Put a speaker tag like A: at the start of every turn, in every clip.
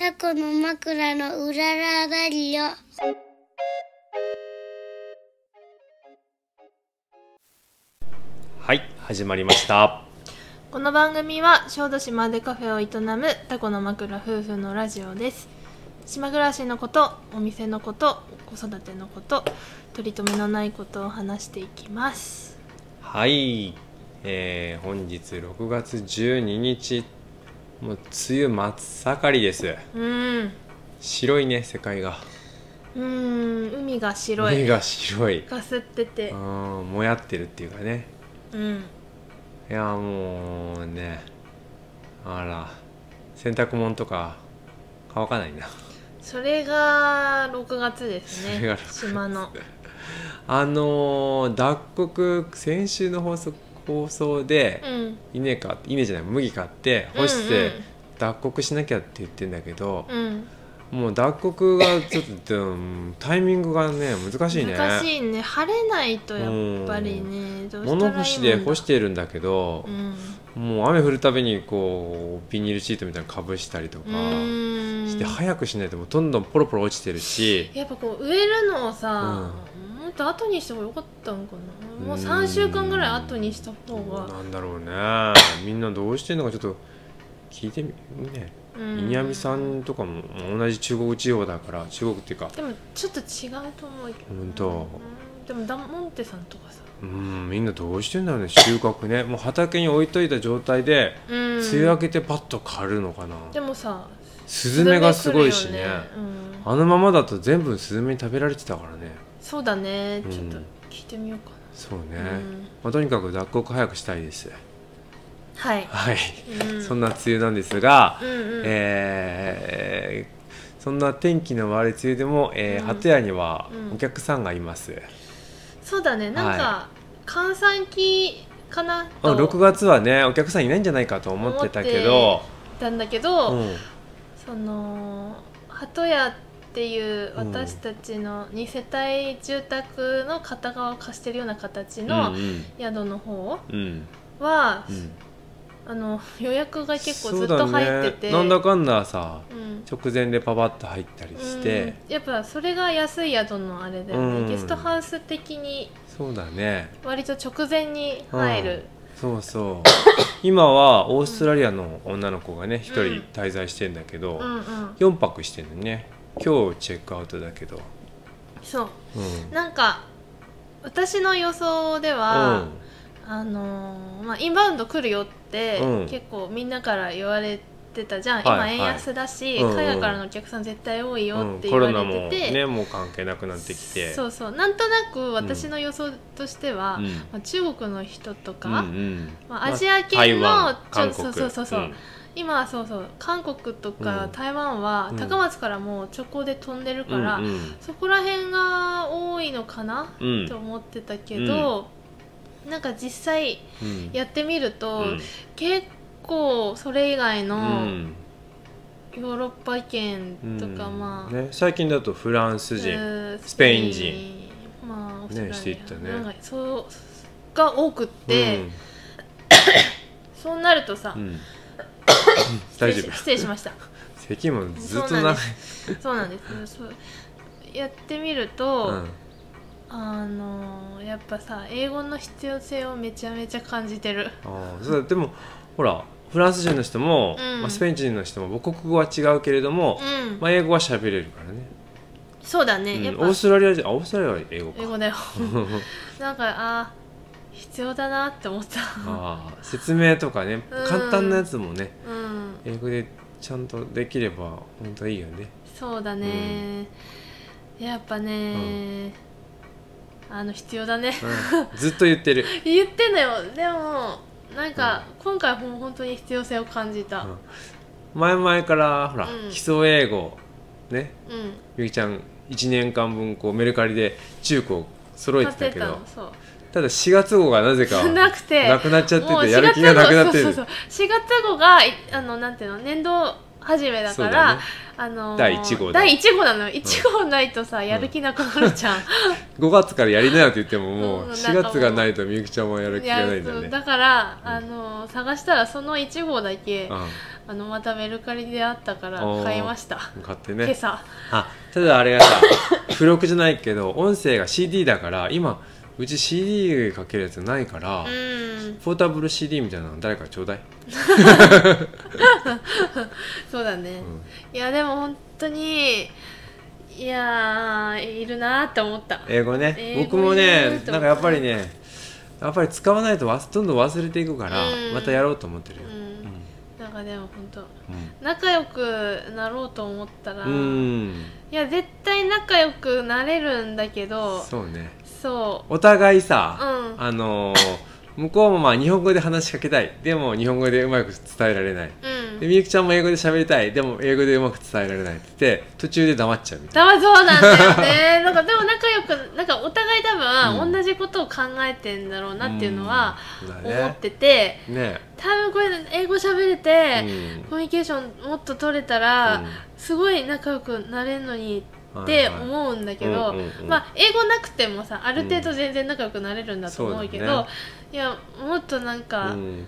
A: 過去の枕のうららだりよ。
B: はい始まりました
C: この番組は小豆島でカフェを営むタコの枕夫婦のラジオです島暮らしのことお店のこと子育てのこと取り留めのないことを話していきます
B: はい、えー、本日6月12日もう梅雨真っ盛りです
C: うん
B: 白いね世界が
C: うん海が白
B: 目
C: い
B: が白い
C: かすってて
B: うんもやってるっていうかね
C: うん
B: いやもうねあら洗濯物とか乾かないな
C: それが6月です
B: それが
C: ね
B: 6月
C: 島の
B: あのー脱穀先週の放送放送で
C: うん
B: 稲か稲じゃない麦買って干し
C: うん
B: て脱穀しなきゃって言ってんだけど、
C: うん、
B: もう脱穀がちょっとうんタイミングがね難しいね
C: 難しいね晴れないとやっぱりねどうしたらいいんだ
B: 物干しで干してるんだけど
C: う、ん
B: もう雨降るたびにこうビニールシートみたいなのかぶしたりとか
C: うん
B: して早くしないともうどんどんポロポロ落ちてるし
C: やっぱこう植えるのをさ、もっと後にした方が良かったのかなもう3週間ぐらい後にした方が
B: なんだろうねみんなどうしてんのかちょっと聞いてみね
C: うん
B: 稲見さんとかも同じ中国地方だから中国っていうか
C: でもちょっと違うと思うけどな
B: ほんと
C: うんでもダモンテさんとかさ
B: うんみんなどうしてんだろうね収穫ねもう畑に置いといた状態で
C: うん
B: 梅雨明けてパッと刈るのかな、
C: でもさ
B: スズメがすごいしね
C: スズメ来るようん
B: あのままだと全部スズメに食べられてたからね
C: そうだね
B: うん
C: ちょっと聞いてみようか
B: そうね、
C: な、うん
B: まあ、とにかく脱穀早くしたいです
C: はい、
B: はい、
C: うん、
B: そんな梅雨なんですが、
C: うんうん
B: えーそんな天気の悪い梅雨でも、えー
C: うん
B: 鳩屋には
C: うん
B: お客さんがいます、
C: そうだねなんか、閑散期かな
B: あ
C: と
B: 6月はねお客さんいないんじゃないかと思ってたけど、
C: たんだけど、
B: うん
C: その鳩屋っていう
B: うん
C: 私たちの2世帯住宅の片側を貸してるような形
B: う
C: の
B: ん
C: 宿の方
B: うんうん
C: は、
B: うん
C: あの予約が結構ず
B: そ
C: っと
B: うだね
C: 入ってて
B: なんだかんださ
C: うん
B: 直前でパパッと入ったりして、
C: うんやっぱそれが安い宿のあれだよね、
B: うん
C: ゲストハウス的に
B: そうだね
C: 割と直前に入る、
B: そうそう 今はオーストラリアの女の子がね一人滞在してんだけど、
C: うん、うん
B: 4泊してんのね今日チェックアウトだけど
C: そう
B: うん
C: なんか私の予想では、あのーまあ、インバウンド来るよって、
B: うん
C: 結構みんなから言われてたじゃ
B: は
C: ん、
B: いはい
C: 今円安だし、
B: うんうん
C: 海外からのお客さん絶対多い
B: うん
C: よって
B: コ
C: 言わ
B: ロ
C: れ
B: ナ
C: て
B: も
C: て、
B: ねもう関係なくなってきて
C: そううそうなんとなく私の予想としては、
B: ん
C: まあ、中国の人とか、
B: うんうん
C: まあアジア系の
B: 台湾
C: ちょ
B: 韓国
C: そうそうそうそう今はそうそう韓国と
B: う
C: か
B: ん
C: 台湾は
B: うん
C: 高松からもう直行で飛んでる
B: う
C: か
B: ん
C: ら、
B: うん
C: そこら辺が多いのかな、
B: うん
C: と思ってたけど、なんか実際
B: うん
C: やってみると、
B: うん
C: 結構それ以外
B: う
C: の
B: ん
C: ヨーロッパ圏とか、
B: うん
C: まあ、
B: ね、最近だとフランス人、
C: うん
B: スペイン人
C: まあオーストラリ
B: ね
C: ア
B: していったね
C: なんかそうが多くって、そうなるとさ、
B: うんうん
C: 失
B: 大
C: 礼
B: 丈
C: し
B: 夫
C: 失礼しました
B: 咳もずっと
C: そ
B: 長
C: うなん
B: い
C: で、そうなんですそうやってみると、
B: うん、
C: あのやっぱさ英語の必要性をめちゃめちゃ感じてる
B: ああそうだでもほらフランス人の人も、
C: うん
B: まあ、スペイン人の人も母国語は違うけれども
C: う、ん、
B: まあ、英語は喋れるからね、
C: そうだね、
B: うん
C: やっぱ
B: オーストラリア人あオーストラリアは英語か
C: 英語だよ
B: うん
C: なんかあー必要だなって思っ た
B: ああ説明とかね
C: うん
B: 簡単なやつもね
C: うん
B: 英語でちゃんとできれば本当いいよね
C: そうだね、やっぱね、あの必要だね
B: うんずっと言ってる、
C: 言ってんだよでもなんか、今回も本当に必要性を感じた
B: うん前々からほら、
C: うん
B: 基礎英語ね
C: うん、
B: ゆきちゃん1年間分こうメルカリで中古を揃えてた
C: 買っ
B: け
C: てた
B: ど
C: のそう
B: ただ4月号がなぜか
C: なくて
B: なくなっちゃって
C: もう
B: て
C: 4
B: やる
C: 月
B: 気がなくな
C: 号
B: って
C: そう
B: る
C: そうそう4月号がいあのなんていうの年度初めだ
B: そ
C: か
B: うだ
C: ら、
B: ね
C: あのー
B: 第一号だ
C: 第一号なの一号ないとさ、やる気なくなるじゃん、
B: 5月からやりなよって言ってももう
C: うん
B: 4月がないとみゆきちゃんもやる
C: い
B: 気が
C: や
B: ないんだよね
C: だから、あのー探したらその1号だけあ
B: う
C: のまたメルカリであったから
B: おー
C: 買いました、
B: ん買って
C: 今
B: ね
C: 朝
B: あただあれがさ 付録じゃないけど音声が CD だから今うち CD かけるやつないから、
C: うん
B: ポータブル CD みたいなの誰かちょうだい、
C: そうだね、
B: うん
C: いやでも本当にいやーいるなーって思った
B: 英語ね
C: 英語
B: 僕も
C: いい
B: ね
C: と思う
B: なんかやっぱりねやっぱり使わないと忘どんどん忘れていくから、
C: うん
B: またやろうと思ってる
C: う
B: よ、
C: んなんかでも本当
B: う
C: 仲良くなろうと思ったら、
B: ん、うん
C: いや絶対仲良くなれるんだけどそ
B: そうね
C: う
B: お互いさ、
C: うん
B: あのー向こうもまあ日本語で話しかけたいでも日本語でうまく伝えられない
C: うん
B: でみゆきちゃんも英語で喋りたいでも英語でうまく伝えられないって言って途中で黙っちゃうみたい
C: だからそうなんだ よねなんかでも仲良くなんかお互い多
B: う
C: 分
B: ん
C: 同じことを考えてんだろう
B: な
C: なっていうのは
B: うんだ
C: 思
B: ね
C: ってて、
B: ね
C: 多分これ英語喋れ
B: え、
C: て、
B: うん
C: コミュニケーションもっと取れたら、
B: うん
C: すごい仲良くなれるのにって
B: はいはい
C: 思うんだけど、
B: うんうんうん
C: まあ英語なくてもさある程度全然仲良くなれるんだと思うけど、
B: うんそうだね
C: いやもっとなんか、
B: うん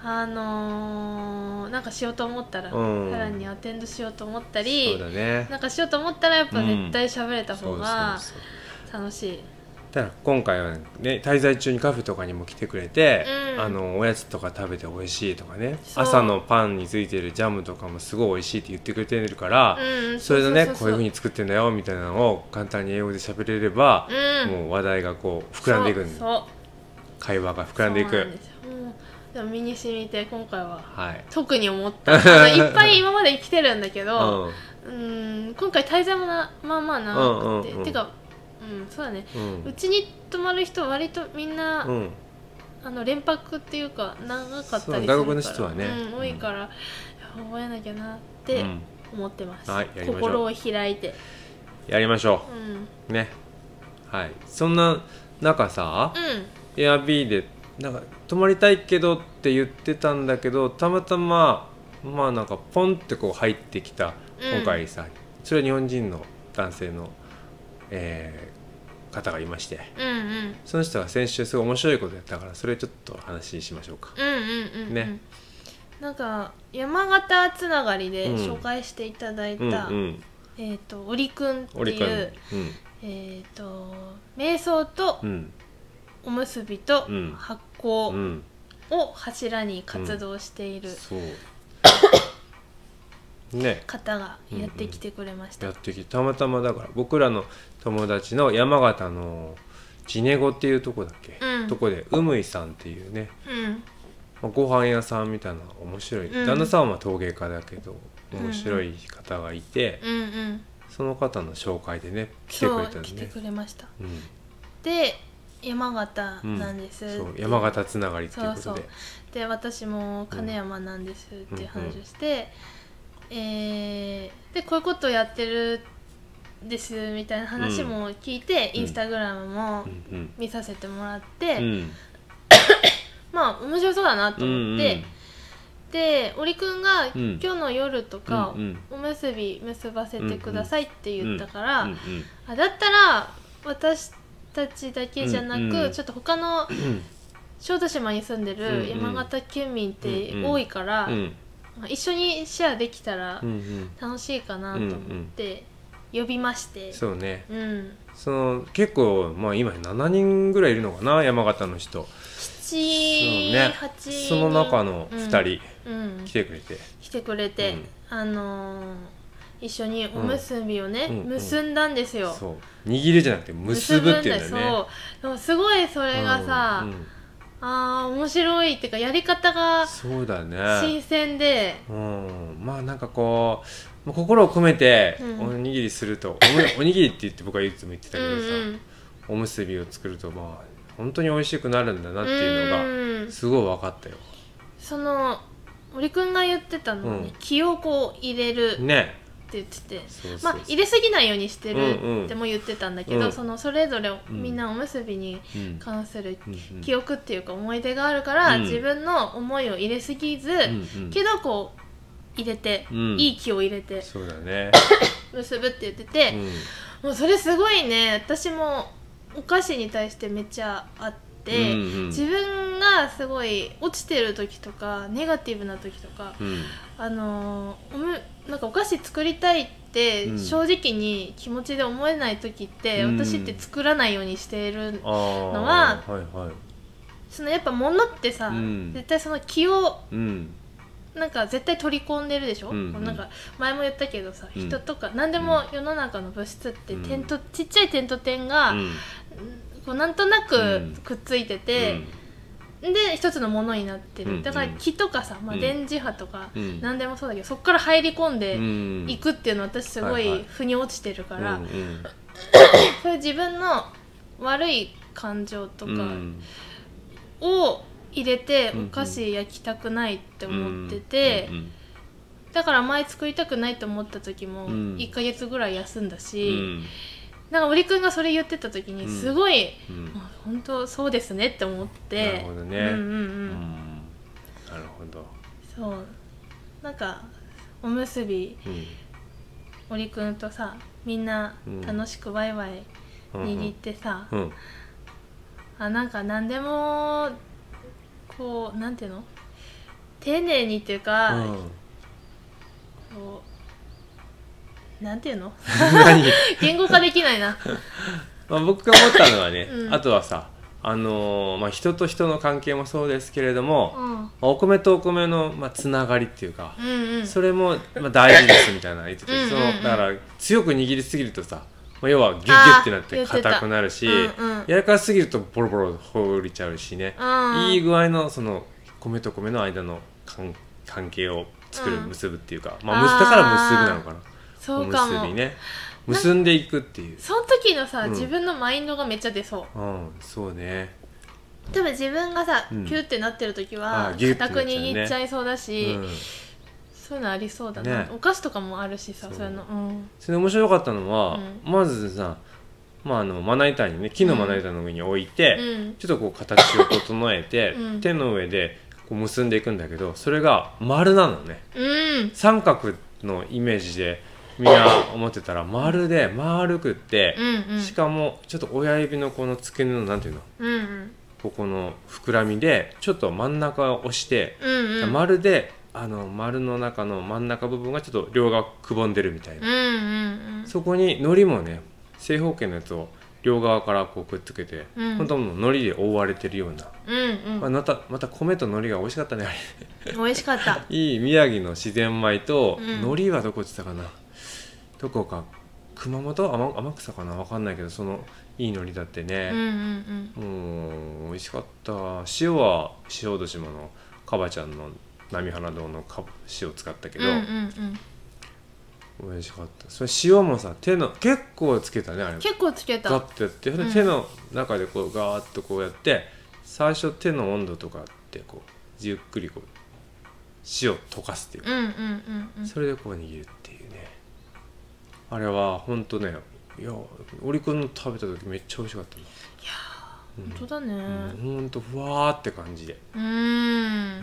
C: あのーなんかしようと思ったら、
B: うん
C: さらにアテンドしようと思っ
B: そ
C: た
B: う
C: り、
B: だね
C: なんかしようと思ったらやっぱ絶対喋れた
B: そ
C: 方
B: うそう
C: が
B: そう
C: 楽しい。
B: だから今回はね滞在中にカフェとかにも来てくれて、
C: うん
B: あのおやつとか食べて美味しいとかね
C: そう
B: 朝のパンについてるジャムとかもすごい美味しいって言ってくれてるから、
C: うん
B: それでね
C: そ
B: こ
C: う
B: う
C: そうそうそう
B: いうふうに作ってんだよみたいなのを簡単に英語で喋れれば、
C: うん
B: もう話題がこう膨らんでいくんで
C: そう
B: 会話が膨
C: そう
B: らんでい
C: そうな
B: く
C: んですよもうでも身に染みて今回は
B: はい、
C: 特に 思った。あのいっぱい今まで生きてるんだけ
B: う
C: ど、
B: ん
C: うん、今回滞在もなまあまあ長く
B: うん
C: て、
B: うんうん
C: てか、うん、そうだね。
B: うん
C: うちに泊まる人割とみんな、
B: うん
C: あの連泊っていうか長かったりす
B: そ
C: る
B: う
C: から
B: 外国の人はね
C: うん、多いから、いや覚えなきゃなって
B: うん
C: 思ってます、
B: はいやりましょう
C: 心を開いて、
B: やりましょ
C: うん、うん
B: うねはいそんな中さ、エアビーでなんか泊まりたいけどって言ってたんだけどたまたままあなんかポンってこう入ってきた
C: うん
B: 今回さ、それは日本人の男性の、えー方がいまして
C: うんうんうん
B: その人が先週すごい面白いことやったからそれちょっと話しましょうか。
C: うんうんうん
B: ね
C: なんか山形つながりで
B: うん
C: 紹介していただいた、
B: うんうん、
C: えっ、と織くんって
B: オリ
C: い
B: 君、
C: うえっ、と瞑想と
B: うんうん
C: おむすびと
B: うん
C: 発
B: う
C: 酵
B: ん、
C: を柱に活動している
B: そうね
C: 方がやってきてくれました、
B: やってきてたまたまだから僕らの友達の山形のジネゴっていうとこだっけ、
C: うん
B: とこでうむいさんっていうね、
C: うん
B: まあ、ご飯屋さんみたいな面白い、
C: うん
B: 旦那さんは陶芸家だけど
C: んうん
B: 面白い方がいて、
C: うんうん
B: その方の紹介でね来て
C: そ
B: く
C: う
B: れたん
C: 来
B: でね
C: てくれました
B: うん
C: で山形
B: うん
C: なんです、
B: そう山形つながりっていうことで
C: そうそうで私も金山なんですっていう話をして、えーでこういうことをやってるんですみたいな話も聞いて、
B: うん
C: インスタグラムも
B: うん
C: 見させてもらって、
B: うんうん
C: まあ面白そうだなと
B: うん
C: 思
B: う
C: っ
B: ん
C: て、で織くんが、
B: うん
C: 今日の夜とか、
B: うんうん
C: おむすび結ばせてくださいって言ったから、
B: うんうん
C: あだったら私たちだけじゃなく、
B: うんうん
C: ちょっと他の
B: ん
C: 小豆島に住んで
B: うんう
C: る
B: ん
C: 山形県民って多いから、
B: うん
C: まあ一緒にシェアできたら
B: うんうん
C: 楽しいかなと思って呼びまして、
B: そうね
C: うん、
B: その結構まあ今7人ぐらいいるのかな山形の人そう
C: 78
B: ね
C: 人
B: その中の2人
C: うんうん
B: 来てくれて、
C: 来てくれ
B: う
C: て、
B: ん
C: あのー一緒におむすびをね、
B: うんうん
C: 結んだんですよ。
B: そう握るじゃなくて結ぶっていうんだよね
C: そうでもすごいそれがさ、
B: うんうん
C: あー面白いっていうかやり方が
B: そうだね
C: 新鮮で、
B: うん、まあなんかこうまあ心を込めて
C: うん
B: おにぎりすると、おむお にぎりって言って僕はいつも言ってた
C: う
B: け
C: んう
B: どさ、
C: ん、
B: おむすびを作るとまあ本当に美味しくなるんだなっていうの
C: うん
B: がすごい分かったよ。
C: その森くんが言ってたのはね、
B: うん
C: 気をこう入れるって
B: ね
C: 言ってて、
B: そうそうそう
C: まあ入れすぎないようにして
B: うんう
C: る
B: ん
C: っても言ってたんだけど、
B: うん
C: そのそれぞれ
B: ん
C: みんなおむすびに
B: うん
C: 関する
B: うんうん
C: 記憶っていうか思い出があるから、
B: うん
C: 自分の思いを入れすぎず、
B: うんうん
C: けどこう入れて、
B: うん
C: いい木を入れて
B: そうだね、
C: 結ぶって言って
B: う
C: て、
B: ん、
C: もうそれすごいね私もお菓子に対してめっちゃあって、
B: うんうん
C: 自分がすごい落ちてる時とかネガティブな時とか、
B: うん
C: あのーおむなんかお菓子作りたいって
B: うん
C: 正直に気持ちで思えない時って、
B: うん
C: 私って作らないようにしている
B: あー
C: のは
B: はいはい
C: そのやっぱ物ってさ、
B: うん
C: 絶対その気を
B: うん
C: なんか絶対取り込んでるでしょ、
B: うん
C: こうなんか前も言ったけどさ、
B: うん
C: 人とか何でも世の中の物質って点と、ちっちゃい点と点が、
B: うん
C: こうなんとな
B: う
C: く
B: ん
C: くっついてて、で一つのものになってる、
B: うん
C: だから気とかさ、まあ、
B: うん
C: 電磁波とか、
B: うんうん
C: 何でもそうだけどそこから入り込んで。
B: うん
C: 行くっていうのは私すご
B: はいはいい
C: 腑に落ちてるから、
B: うんうん
C: そういう自分の悪い感情とか
B: うん
C: を入れて
B: うんう
C: お
B: ん
C: 菓子焼きたくないって思ってて、
B: うん
C: だから前作りたくないと思った時も
B: うん
C: 1ヶ月ぐらい休んだ
B: う
C: し、
B: ん
C: なんか織くんがそれ言ってた時に
B: うん
C: すごい、
B: うんうん
C: あ本当そうですねって思っ
B: な
C: て
B: るほどね
C: うんうんう
B: うん
C: ん
B: なるほど
C: そうなんかおむすび
B: う
C: 織くんとさみんな楽しくワイワイ
B: んうん
C: 握ってさ、
B: うん
C: あなんか何でもこうなんていうの丁寧にっていうか、
B: うん
C: こうなんていうの
B: 何
C: 言語化できな いな
B: まあ、僕が思ったのはね、
C: うん
B: あとはさ、あのーまあ、人と人の関係もそうですけれども、
C: う
B: まあ
C: ん
B: お米とお米の、まあ、つながりっていうか
C: う、んうん
B: それも、まあ、大事ですみたいなの言ってて、
C: うんうんうん
B: そのだから強く握りすぎるとさ、まあ、要はギュッギュッってなっ
C: あー
B: て
C: 言ってた
B: 硬くなるし、
C: うんうん
B: やらかすぎるとボロボロほりちゃうしね、
C: うん
B: いい具合のその米と米の間の関関係を作る、
C: うん
B: 結ぶっていうか、まあ、むすだから結ぶなのかな。
C: そうか
B: お
C: も
B: むすびね結んでいくっていう、
C: その時のさ、
B: うん
C: 自分のマインドがめっちゃ出そう
B: うん、そうね
C: 多分自分がさ、
B: うん
C: キューってなってる時
B: あ
C: は
B: ーギュッてな
C: 固
B: っ
C: く
B: ちゃうね
C: 握っちゃいそうだし、
B: うん、
C: そういうのありそうだな、
B: ね
C: お菓子とかもあるしさ
B: そ
C: そうういうのうん
B: それで面白かったのは、
C: う
B: まずさ、まあ、あのまな板にね木のまな板の上に置いて、
C: うん
B: ちょっとこう形を整えて、
C: うん
B: 手の上でこう結んでいくんだけどそれが丸なのね
C: うん
B: 三角のイメージでみんな思ってたら丸で丸くって
C: う、んうん
B: しかもちょっと親指のこの付け根のなんていうの
C: うんうん
B: ここの膨らみでちょっと真ん中を押して
C: うんうん
B: 丸であの丸の中の真ん中部分がちょっと両側くぼんでるみたいな
C: うんうんうん
B: そこに海苔もね正方形のやつを両側からこうくっつけて、
C: うん
B: 本当もう海苔で覆われてるような、
C: うん
B: まあ、またまた米と海苔が美味しかったね あれ
C: うん美味しかった
B: いい宮城の自然米と、
C: うん
B: 海苔はどこって言ったかなどこか熊本天天草かな分かんないけどそのいい海苔だって
C: うんうん
B: ね、もう美味しかった塩は塩落としものかばちゃんの波花堂のか塩使ったけ
C: うん
B: ど、
C: うんうん
B: 美味しかったそれ塩もさ手の結構つけたねあれ
C: 結構つけた
B: ガッてやって、で
C: うん
B: 手の中でこうガーッとこうやって最初手の温度とかってこうゆっくりこう塩溶かすっていう
C: う
B: か、
C: んうんうんうん
B: それでこう握るっていうねあれはほんとねいや俺くんの食べた時めっちゃ美味しかったない
C: 本
B: や
C: 当だ
B: う
C: ね
B: ん、ほんとふわーって感じで、
C: う
B: うんん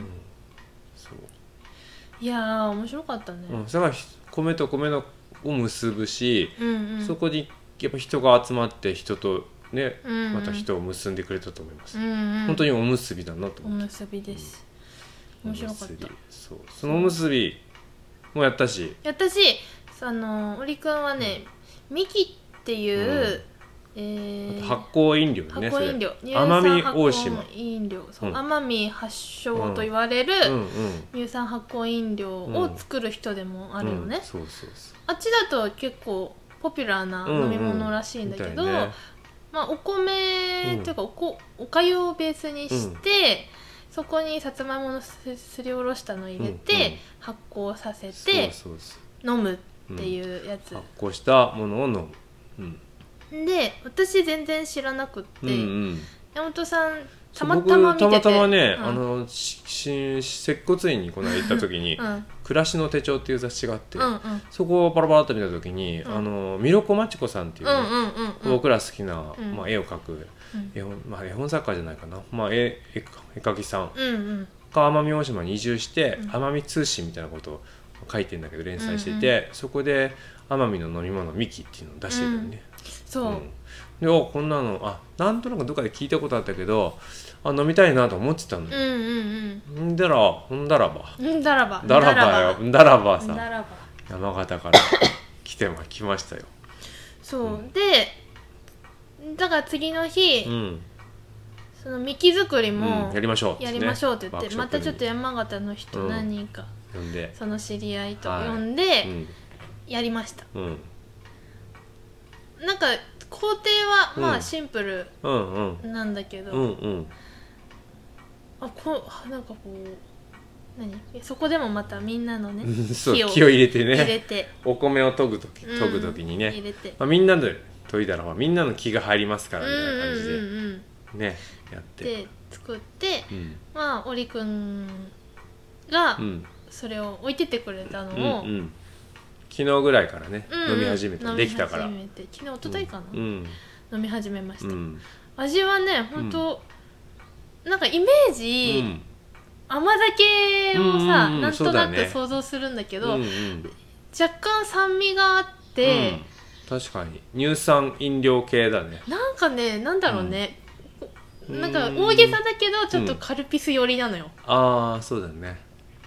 B: そう
C: いやー面白かったね
B: うん、それから米と米のを結ぶし、
C: うんうん
B: そこにやっぱ人が集まって人とね、
C: うんうん
B: また人を結んでくれたと思います、
C: うんうん
B: 本当におむすびだなと
C: お
B: 思って、
C: むすびです面白かっ
B: おむす
C: た
B: びそうそのおむすびもやったし
C: 私あのおりくんはねミキっていうえー
B: 発酵飲料ね
C: 発酵飲料
B: それ
C: 乳酸
B: 奄美
C: 発
B: 大島
C: 酵飲料そう
B: うん
C: 奄美発祥と言われる
B: うんうん
C: 乳酸発酵飲料を作る人でもあるのね
B: うんそうそうそう
C: あっちだと結構ポピュラーな飲み物らしいんだけど、
B: みたいね
C: まあ、お米というかおこおかゆをベースにして、そこにさつまいものすすりおろしたのを入れて、
B: うんうん
C: 発酵させ
B: そう
C: て
B: そうそう
C: 飲むっていうやつ
B: 発、酵したものを飲むうん
C: で私全然知らなくって、
B: うんうん
C: 山本さんた
B: そう
C: またま見てて
B: 僕たまたまね、
C: うん
B: あのしし接骨院にこの間行った時に「
C: うんうん
B: 暮らしの手帳」っていう雑誌があって、
C: うん
B: そこをパラパラっと見た時に、
C: うん
B: あのミロコマチコさんっていう
C: う
B: ね、
C: んうんうんうん
B: 僕ら好きな、
C: うん
B: まあ、絵を描く
C: うん
B: 絵本,、まあ、絵本作家じゃないかな、まあ、絵絵か絵描きさん
C: うんうん
B: が奄美大島に移住して
C: うん
B: 奄美、通信みたいなことを書いてんだけど連載していて、そこで奄美の飲み物ミキっていうのを出してたよね、
C: そう、
B: うんでおこんなのあなんとなくどっかで聞いたことあったけどあ飲みたいなと思ってたの
C: う
B: よ、
C: んうん
B: んだらほんだらば
C: うんだらば
B: だらばよだらばさ
C: だらば
B: 山形から来てま来ましたよ、
C: そう、
B: うん
C: でだから次の日、
B: うん
C: その幹作り
B: うん
C: も
B: やりましょう
C: やりましょうって言って、
B: ね
C: またちょっと山形の人
B: うん
C: 何人か、
B: 呼んで、
C: その知り合いと
B: はい
C: 呼んで
B: うん
C: やりました、
B: うん、
C: なんか工程はま
B: う
C: あ
B: ん
C: シンプル
B: うんうん
C: なんだけど、
B: うんうん
C: あこうなんかこう何そこでもまたみんなのね
B: うんそう
C: 火
B: 気
C: を
B: を入れてね
C: 入れて、
B: お米を研ぐ時研ぐ時にね、
C: 入れて
B: まあ、みんなで研いだらまあみんなの気が入りますか
C: う
B: ら
C: ん
B: みたいな感じで、
C: うんうんうん
B: ねやって
C: で作って
B: うん
C: まあ織くんが
B: うん
C: それを置いてってくれたの
B: うん
C: を、
B: うん昨日ぐらいからね、
C: うんうん
B: 飲み始めた
C: 飲み
B: できたから
C: 始めて昨日一昨日かな、
B: うん
C: 飲み始めまし
B: うん
C: た、
B: うん
C: 味はね本当、なんかイメージ、
B: うん
C: 甘酒
B: う
C: をさ、
B: んうんうん
C: なん
B: そ
C: と
B: うだ
C: な
B: ね
C: く想像するんだけど
B: うんうん
C: 若干酸味があって、
B: うん確かに乳酸飲料系だね
C: なんかねなんだろうね、
B: うん
C: なんか大げさだけどちょっとカルピス寄りなのよ、
B: ああそうだね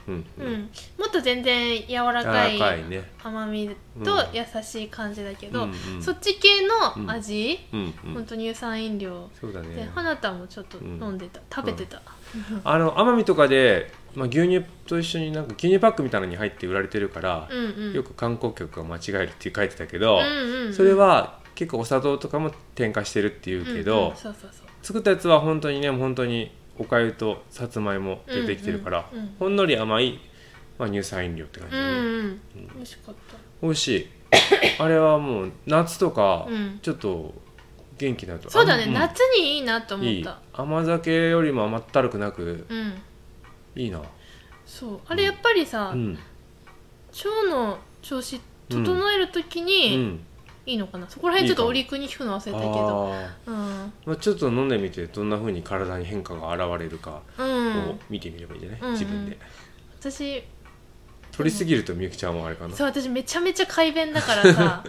B: うん
C: う
B: うんん
C: もっと全然柔ら
B: 柔
C: からい
B: かいね
C: 甘みと優しい感じだけど、
B: うんうん
C: そっち系の味、
B: うんう
C: ほん
B: ん
C: と乳酸飲料
B: そうだ
C: で
B: ね
C: 花たもちょっと
B: うん
C: 飲んでた、食べてた、
B: あの奄美とかで、まあ、牛乳と一緒になんか牛乳パックみたいなのに入って売られてるから、
C: うんうん、
B: よく観光客が間違えるって書いてたけど、
C: うんうんうん
B: それは結構お砂糖とかも添加してるっていうけど、
C: うんうんそうそうそう
B: 作ったやつは本当にね本当におかゆとさつまいもでできてるから、
C: うんうんうん
B: ほんのり甘い、まあ、乳酸飲料って感じ
C: う
B: で、ね
C: んうん美味しかった
B: 美味しい あれはもう夏とか
C: うん
B: ちょっと元気になると、
C: そうだね、
B: あん
C: 夏にいいなと
B: うん
C: 思
B: い
C: っ
B: い
C: た
B: 甘酒よりも甘ったるくなく
C: うん
B: いいな
C: そうあれやっぱりさ、
B: うん
C: 腸の調子整えるとき
B: う
C: に
B: ん
C: いいのかな、そこら辺ちょっとお陸に聞くの忘れたけど
B: あ
C: うん
B: ーまあちょっと飲んでみてどんな風に体に変化が現れるか
C: う
B: を
C: ん
B: 見てみればいいんじゃない、
C: うんうん
B: 自分で
C: 私
B: 取りすぎるとみゆきちゃんはあれかな
C: そう私めちゃめちゃ快便だから さ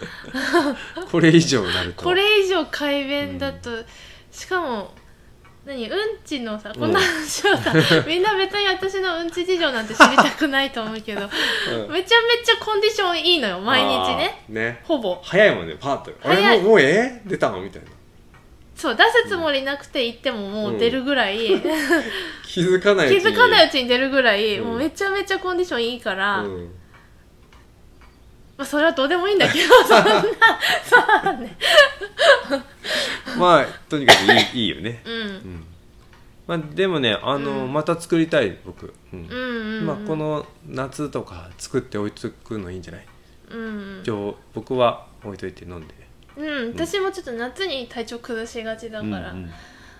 B: これ以上になると
C: これ以上快便だと、しかも何うんちのさこんな話を さ、みんな別に私のうんち事情なんて知りたくないと思うけど
B: うん
C: めちゃめちゃコンディションいいのよ毎日ね
B: あーね
C: ほぼ
B: 早いもんねパーッと「あ
C: 早
B: れ
C: い
B: もうもうえ出たの?」みたいな
C: そう出すつもりなくて行ってももう出るぐらい、
B: 気づかないうち
C: 気
B: に
C: づかないうちに出るぐらい、
B: うん
C: もうめちゃめちゃコンディションいいから、
B: うん
C: まあ、それはどうでもいいんだ けどそんなそうね
B: まあとにかくいいいいよね、
C: うん
B: う、んまあ、でもねあの、
C: うん
B: また作りたい僕、うん
C: うんうんうん
B: まあ、この夏とか作って置いとくのいいんじゃない、
C: うんうん
B: じゃあ僕は置いといて飲んで
C: うん、私もちょっと夏に体調崩しがちだから、
B: うんうん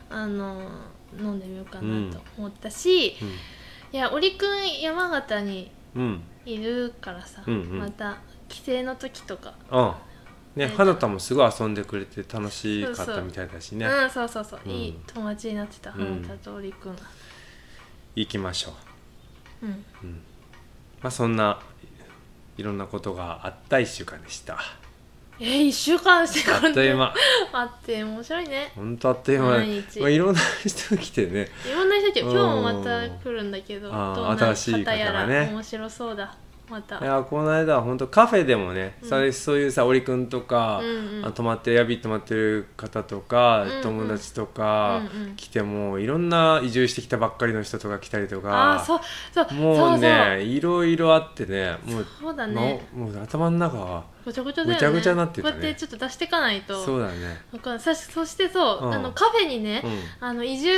C: あの飲んでみようかなと思ったし、いや織くん山形に
B: うん、うん
C: いるからさ、
B: うんうん
C: また帰省の時とか、
B: あね
C: ね
B: 花田もすごい遊んでくれて楽しかっ
C: そうそ
B: た
C: う
B: みたいだしね
C: うんそうそうそう、
B: うん
C: いい友達になってた
B: う
C: 花
B: ん
C: 田と織くんが、
B: 行きましょう、
C: うん、
B: まあ、そんないろんなことがあった1週間でした
C: えー、1週間して
B: あっという間
C: あって面白いね
B: ほんとあっという間、
C: 毎日
B: まあ、いろんな人来てね
C: いろんな人来て
B: う
C: 今
B: ん
C: 日もまた来るんだけど
B: あー
C: どんな
B: 新しい方がね
C: やら面白そうだまた
B: いやこの間は本当カフェでもね、
C: うん
B: それそういうさ織くんとか、
C: うんうん
B: あ泊まってヤビ泊まってる方とか、
C: うんうん
B: 友達とか
C: うんうん
B: 来てもういろんな移住してきたばっかりの人とか来たりとか
C: ああーそうそう
B: もうねいろいろあってねもう
C: そうそうだね
B: なもう頭の中は
C: ごちゃごちゃだ
B: ご
C: よね
B: ちゃごちゃになってたね
C: こうやってちょっと出していかないと
B: そうだね
C: わかんないさそしてそう、
B: うん
C: あのカフェにね、
B: う
C: あの移住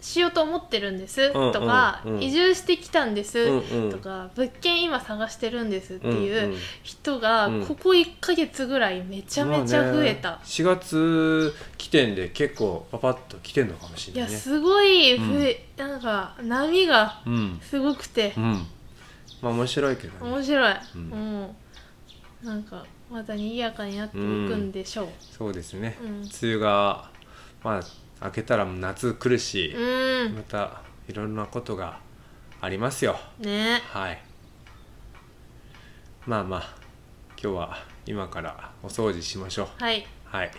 C: しようと思ってるんです
B: んうん
C: とか、
B: うん
C: 移住してきたんです、
B: うんうん
C: とか物件今探してるんですってい
B: ん
C: ううん人が
B: うん
C: ここ1ヶ月ぐらいめちゃめちゃ増えた、
B: まあね4月起点で結構パパッと来てんのかもし
C: い
B: れな
C: や
B: いね
C: すごい増え、なんか波が
B: うん
C: すごくて
B: う、んまあ面白いけどね
C: 面白い、
B: うん
C: もうなんかまた賑やかになっていくんでしょう
B: そうですね、
C: うん
B: 梅雨がまあ明けたら夏来るし
C: う、ん、
B: またいろんなことがありますよ
C: ね
B: はいまあまあ今日は今からお掃除しましょう
C: はい
B: はい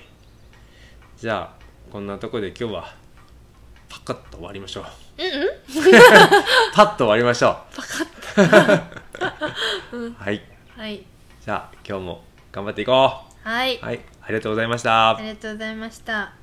B: じゃあこんなとこで今日はパカッと終わりましょう
C: うんうん
B: パッと終わりましょうパカッと、 はい
C: はい
B: じゃあ今日も頑張っていこう
C: はい、
B: はいありがとうございました
C: ありがとうございました